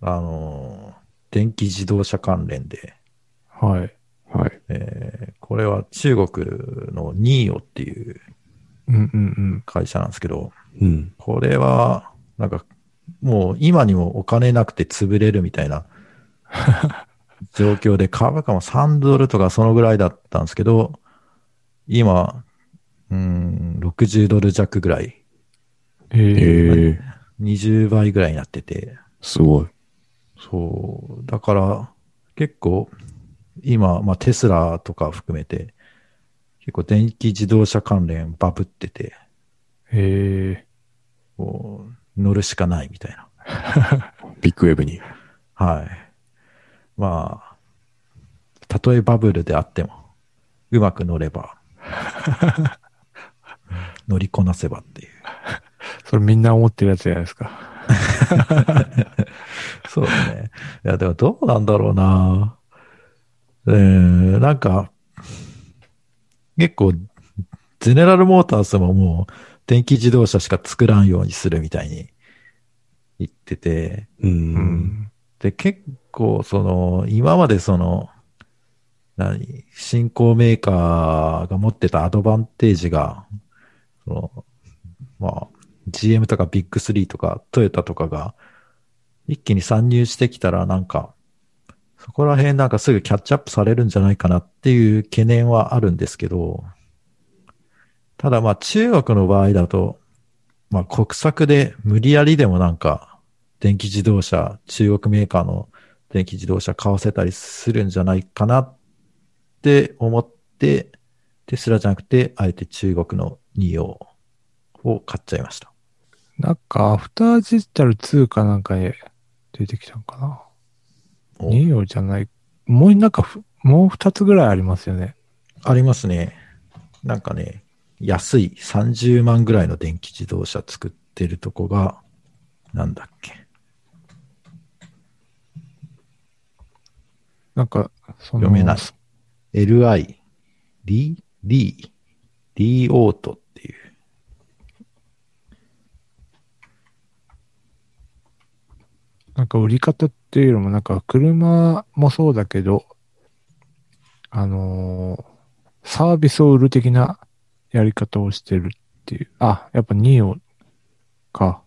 Speaker 3: あのー、電気自動車関連で、
Speaker 1: はい。
Speaker 2: はい。
Speaker 3: えーこれは中国のニーオっていう
Speaker 1: うんうん
Speaker 3: 会社なんですけど、
Speaker 2: うん。
Speaker 3: これは、なんか、もう今にもお金なくて潰れるみたいな状況で、株価も3ドルとかそのぐらいだったんですけど、今、うん、60ドル弱ぐらい、
Speaker 1: うん。ええ
Speaker 2: へえ。
Speaker 3: 20倍ぐらいになってて、
Speaker 2: すごい。
Speaker 3: そう、だから、結構、今、まあテスラとか含めて、結構電気自動車関連バブってて、
Speaker 1: ええ
Speaker 3: こう、乗るしかないみたいな。
Speaker 2: ビッグウェブに。
Speaker 3: はい。まあ、たとえバブルであっても、うまく乗れ ば、乗りこなせばっていう。
Speaker 1: それみんな思ってるやつじゃないですか。
Speaker 3: そうだね。いや、でもどうなんだろうなえー、なんか、結構、ゼネラルモーターズももう、電気自動車しか作らんようにするみたいに言ってて、
Speaker 2: う。。
Speaker 1: うん
Speaker 3: で、結構、その、今までその、何、新興メーカーが持ってたアドバンテージが、その、まあ、GM とかビッグ3とかトヨタとかが一気に参入してきたらなんか、そこら辺なんかすぐキャッチアップされるんじゃないかなっていう懸念はあるんですけど、ただまあ中国の場合だと、まあ国策で無理やりでもなんか電気自動車、中国メーカーの電気自動車買わせたりするんじゃないかなって思って、テスラじゃなくて、あえて中国のニオを買っちゃいました。
Speaker 1: なんか、アフターデジタル2かなんかに出てきたんかな。 2両じゃない。もうなんかふ、もう2つぐらいありますよね。
Speaker 3: ありますね。なんかね、安い30万ぐらいの電気自動車作ってるとこが、なんだっけ。
Speaker 1: なんか、その
Speaker 3: 読めない。LI、D、D、D オートっていう。
Speaker 1: なんか売り方っていうよりも、なんか車もそうだけど、あのーサービスを売る的なやり方をしてるっていう。あ、やっぱニオか。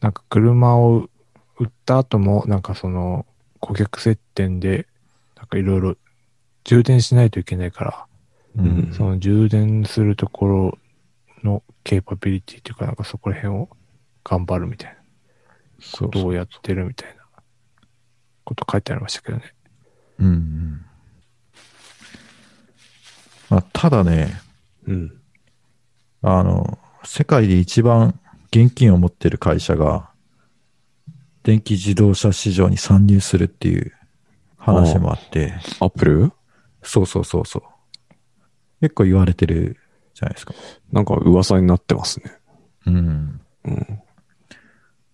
Speaker 1: なんか車を売った後も、なんかその顧客接点で、なんかいろいろ充電しないといけないから、
Speaker 3: う
Speaker 2: うん
Speaker 1: その充電するところのケーパビリティというか、なんかそこら辺を頑張るみたいな。
Speaker 3: そう
Speaker 1: どうやってるみたいなこと書いてありましたけどね。
Speaker 3: うんうん。まあ、ただね、
Speaker 2: うん。
Speaker 3: あの、世界で一番現金を持ってる会社が、電気自動車市場に参入するっていう話もあって、
Speaker 2: アップル
Speaker 3: そうそうそうそう。結構言われてるじゃないですか。
Speaker 2: なんか噂になってますね。
Speaker 3: うん。
Speaker 2: うん。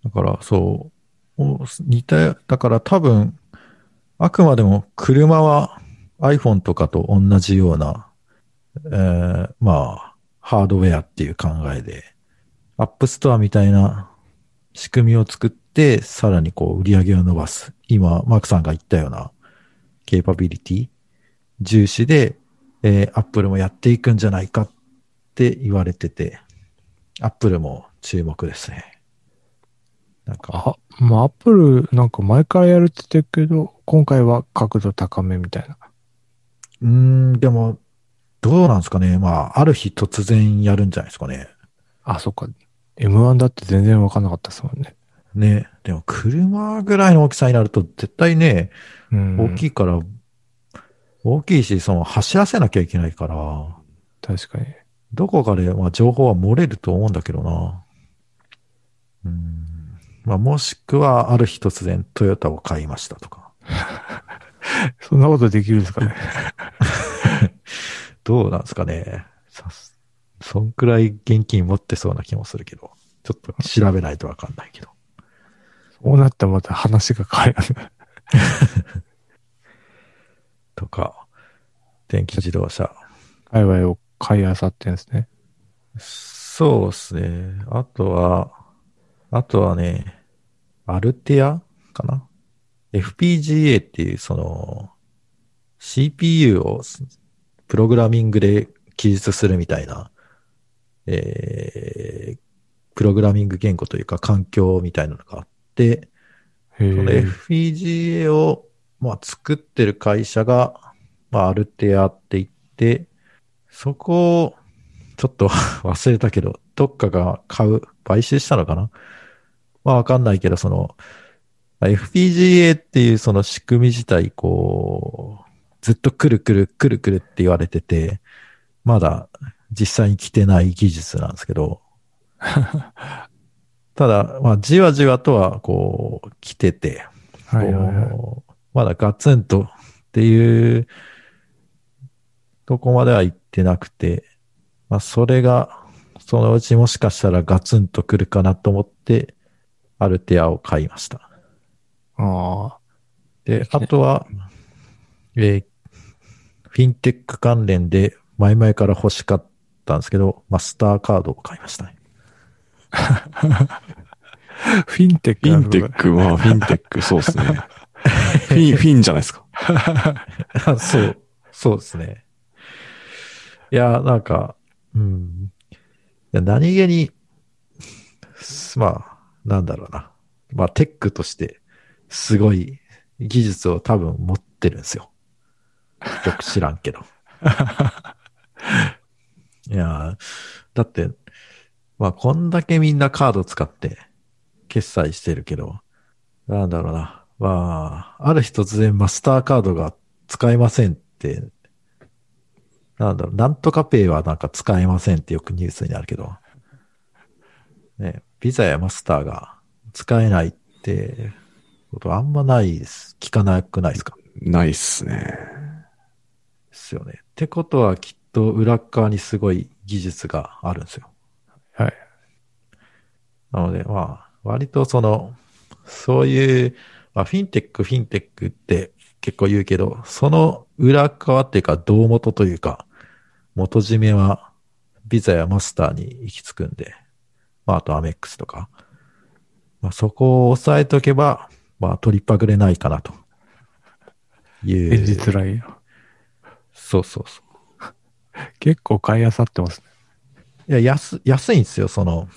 Speaker 3: だから、そう。お似た、だから多分、あくまでも車は iPhone とかと同じような、えーまあ、ハードウェアっていう考えで、App Store みたいな仕組みを作って、さらにこう売り上げを伸ばす。今、マークさんが言ったような、ケーパビリティ、重視で、えー、Apple もやっていくんじゃないかって言われてて、Apple も注目ですね。なんか、
Speaker 1: あ、まあ、アップルなんか前からやるって言ってるけど、今回は角度高めみたいな。
Speaker 3: うーん、でも、どうなんですかね。まあ、ある日突然やるんじゃないですかね。
Speaker 1: あ、そっか。M1 だって全然わかんなかったですもんね。
Speaker 3: ね。でも、車ぐらいの大きさになると、絶対ね、
Speaker 1: うん。
Speaker 3: 大き
Speaker 1: い。
Speaker 3: いから、大きいし、その、走らせなきゃいけないから、
Speaker 1: 確かに。
Speaker 3: どこかで、まあ、情報は漏れると思うんだけどな。うーん。まあ、もしくは、ある日突然、トヨタを買いましたとか。
Speaker 1: そんなことできるんですかね。
Speaker 3: どうなんですかね。さすそんくらい現金持ってそうな気もするけど、ちょっと調べないとわかんないけど。
Speaker 1: そうなったらまた話が変わります。
Speaker 3: とか、電気自動車。
Speaker 1: 界隈を買いあさってんですね。
Speaker 3: そうですね。あとは、あとはね、アルテアかな ?FPGA っていう、その、CPU をプログラミングで記述するみたいな、えー、プログラミング言語というか環境みたいなのがあって、
Speaker 1: へ
Speaker 3: その
Speaker 1: え。
Speaker 3: FPGA を、まあ、作ってる会社が、まあ、アルテアって言って、そこを、ちょっと 忘れたけど、どっかが買う、買収したのかなまあ、わかんないけど、その、まあ FPGA っていうその仕組み自体、こう、ずっとくるくるくるくるって言われてて、まだ実際に来てない技術なんですけど、ただ、まあ、じわじわとは、こう、来てて、
Speaker 1: はいはいはい。
Speaker 3: こうまだガツンとっていうとこまでは行ってなくて、まあ、それが、そのうちもしかしたらガツンと来るかなと思って、アルテアを買いました。
Speaker 1: あ
Speaker 3: で、あとは、えーフィンテック関連で前々から欲しかったんですけど、マスターカードを買いましたね。
Speaker 1: あ。フィンテック
Speaker 2: フ
Speaker 1: な
Speaker 2: ィ
Speaker 1: の
Speaker 2: ン
Speaker 1: か
Speaker 2: テック、まあ、フィンテック、そうですね。フィン、フィンじゃないですか。
Speaker 3: あ そう、そうですね。いや、なんか、うん。いや何気に、すまあ、なんだろうな。まあ、テックとして、すごい技術を多分持ってるんですよ。よく知らんけど。いや、だって、まあ、こんだけみんなカード使って、決済してるけど、なんだろうな。まあ、ある日突然マスターカードが使えませんって、なんだろう、なんとかペイはなんか使えませんってよくニュースになるけど、ね、ビザやマスターが使えないって、ことあんまないです。聞かなくないですか
Speaker 2: ないっすね。
Speaker 3: ですよね。ってことはきっと裏側にすごい技術があるんですよ。
Speaker 1: はい。
Speaker 3: なので、まあ、割とその、そういう、まあ、フィンテック、フィンテックって結構言うけど、その裏側っていうか、胴元というか、元締めは、ビザやマスターに行き着くんで、まあ、あとアメックスとか、まあ、そこを押さえとけば、まあ、取りっぱぐれないかなと。い
Speaker 1: エッジ
Speaker 3: う。
Speaker 1: トライヤ
Speaker 3: そうそうそう。
Speaker 1: ー。結構買いあさってますね。
Speaker 3: いや、安、安いんですよ、その、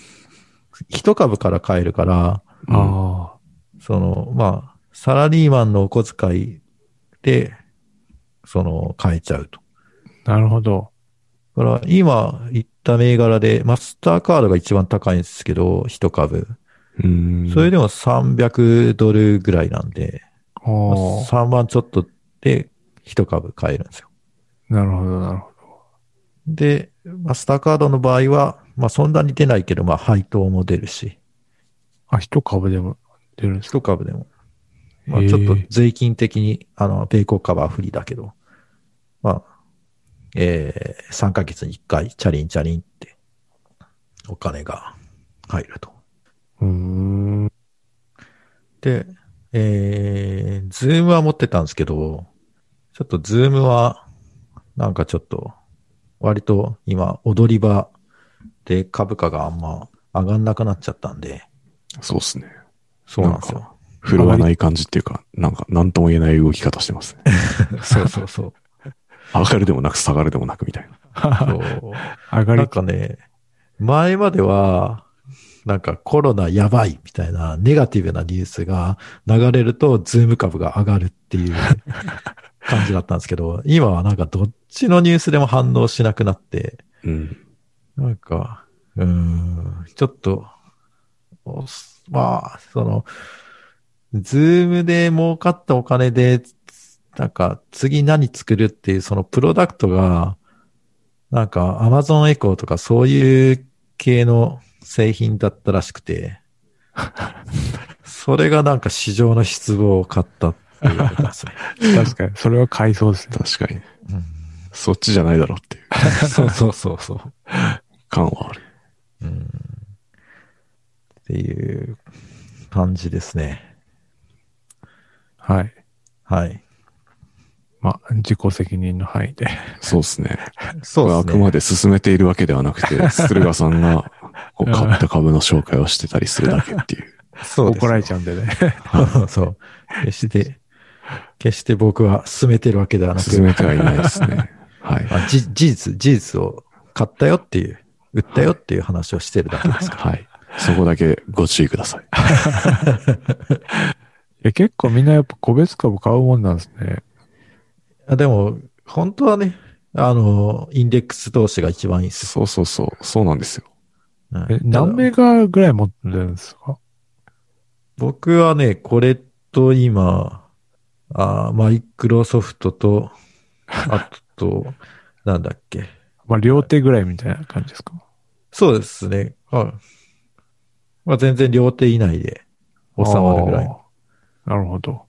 Speaker 3: 一株から買えるから、
Speaker 2: うん
Speaker 1: あ
Speaker 3: その、まあ、サラリーマンのお小遣いで、その、買えちゃうと。
Speaker 1: あ、なるほど。
Speaker 3: だから、今言った銘柄で、マスターカードが一番高いんですけど、一株。
Speaker 2: うん。
Speaker 3: それでも300ドルぐらいなんで、まあ
Speaker 1: おー
Speaker 3: 3万ちょっとで一株買えるんですよ。
Speaker 1: なるほど、なるほ
Speaker 3: で、マスターカードの場合は、まあ、そんなに出ないけど、まあ、配当も出るし、
Speaker 1: ど。あ、一株でも出るんですか
Speaker 3: 一株でも。まあ、
Speaker 1: へえ
Speaker 3: ちょっと税金的に、あの、米国株は不利だけど、まあ、えー、3ヶ月に1回、チャリンチャリンって、お金が入ると。
Speaker 1: うー ん。
Speaker 3: で、えー、ズームは持ってたんですけど、ちょっとズームは、なんかちょっと、割と今、踊り場で株価があんま上がんなくなっちゃったんで、
Speaker 2: そうっすね。
Speaker 3: そうなんですよ。
Speaker 2: 振るわない感じっていうか、なんか、なんとも言えない動き方してますね。
Speaker 3: そう そうそう。
Speaker 2: 上がるでもなく下がるでもなくみたいな。
Speaker 3: そう
Speaker 1: 上が
Speaker 3: な
Speaker 1: り
Speaker 3: ん、かね、前までは、なんかコロナやばいみたいなネガティブなニュースが流れると、ズーム株が上がるっ ていう感じだったんですけど、今はなんかどっちのニュースでも反応しなくなって、
Speaker 2: うん。
Speaker 3: なんか、うーん、ちょっと、おすまあ、その、ズームで儲かったお金で、なんか次何作るっていうそのプロダクトが、なんか Amazon エコーとかそういう系の製品だったらしく て、それがなんか市場の失望を買ったっていうこと ですね。
Speaker 1: 確かに。それは買いそうですね。
Speaker 2: 確かに。
Speaker 3: うん
Speaker 2: そっちじゃないだろうっていう
Speaker 3: そうそうそうそう。
Speaker 2: 感はある。
Speaker 3: うんっていう感じですね。
Speaker 1: はい。
Speaker 3: はい。
Speaker 1: まあ、自己責任の範囲で。
Speaker 2: そうっすね。
Speaker 3: そ
Speaker 2: これあくまで進めているわけではな くて、駿河さんがこう買った株の紹介をしてたりするだけって いう。
Speaker 3: そうです
Speaker 1: 怒られちゃうんでね。
Speaker 3: そう。決して、決して僕は進めてるわけではなく、
Speaker 2: 進めてはいないですね。 はい。
Speaker 3: まあじ事実、事実を買ったよっていう、売ったよっていう話をしてるだけです。
Speaker 2: はい。そこだけご注意ください。
Speaker 1: え結構みんなやっぱ個別株買うもんなんですね。
Speaker 3: あでも、本当はね、あの、インデックス投資が一番いいです。
Speaker 2: そうそうそう。そうなんですよ。
Speaker 3: うん
Speaker 1: え、何
Speaker 3: ただ
Speaker 1: 銘柄ぐらい持ってるんですか
Speaker 3: 僕はね、これと今、あーマイクロソフトと、あと、なんだっけ。
Speaker 1: まあ、両手ぐらいみたいな感じですか
Speaker 3: そうですね。はい。まあ全然両手以内で収まるぐらい。。
Speaker 1: あーなるほど。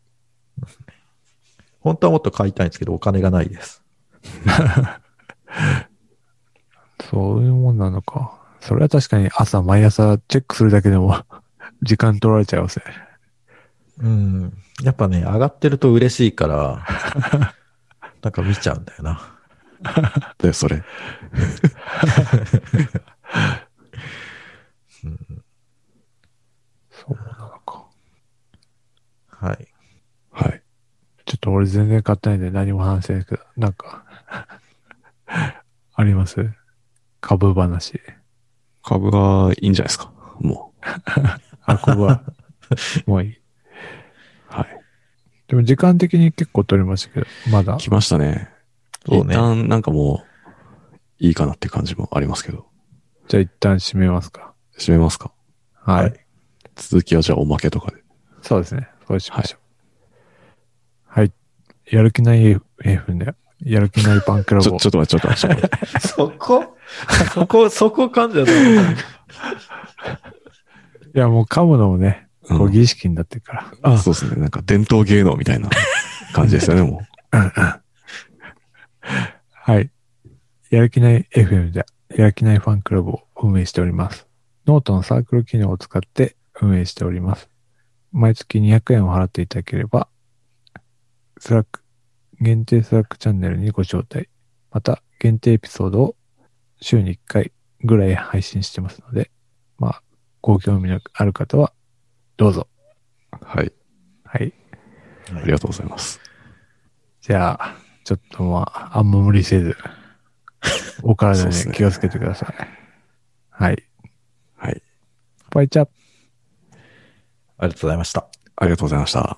Speaker 3: 本当はもっと買いたいんですけど、お金がないです。
Speaker 1: そういうもんなのか。それは確かに朝毎朝チェックするだけでも 時間取られちゃいますね。
Speaker 3: うん。やっぱね、上がってると嬉しいから、なんか見ちゃうんだよな。
Speaker 2: で、それ。
Speaker 1: そうなのか。
Speaker 3: はい。
Speaker 2: はい。
Speaker 1: ちょっと俺全然買ってないんで何も話せないですけど、なんか、 あります株話。
Speaker 2: 株がいいんじゃないですか。もう。
Speaker 1: あ、ここ は、もういい。
Speaker 2: はい。
Speaker 1: でも時間的に結構取れましたけど、まだ。
Speaker 2: 来ましたね。
Speaker 3: そう
Speaker 2: 一
Speaker 3: ね
Speaker 2: 旦なんかもう、いいかなっていう感じもありますけど。
Speaker 1: じゃあ一旦締めますか。
Speaker 2: 閉めますか。
Speaker 1: はい。
Speaker 3: はい
Speaker 2: 続きはじゃあおまけとかで。
Speaker 1: そうですね。そうしましょう。はい。やる気ない F- F ね。やる気ないパンクラ
Speaker 2: ち
Speaker 1: ボ
Speaker 2: ょ、ち。ょっと待って、ちょっと待ってちょっと待って。
Speaker 3: そ こそこ、そこ噛んじゃダメ
Speaker 1: いや、もう噛むのもね、 こう
Speaker 2: うん
Speaker 1: 儀式になってるから。あ
Speaker 2: そうですね。なんか伝統芸能みたいな感じですよね、も
Speaker 1: はい。やる気ない FM で、やる気ないファンクラブを運営しております。ノートのサークル機能を使って運営しております。毎月200円を払っていただければ、スラック、限定スラックチャンネルにご招待。また、限定エピソードを週に1回ぐらい配信してますので、まあ、ご興味のある方は、どうぞ。
Speaker 2: う。 はい。
Speaker 1: はい。
Speaker 2: ありがとうございます。
Speaker 1: じゃあ、ちょっとまあ、あんま無理せず、お体
Speaker 2: そうっ
Speaker 1: に
Speaker 2: すね
Speaker 1: 気をつけてください。はい。
Speaker 2: はい。
Speaker 1: スパイチャップ
Speaker 3: ありがとうございました。
Speaker 2: ありがとうございました。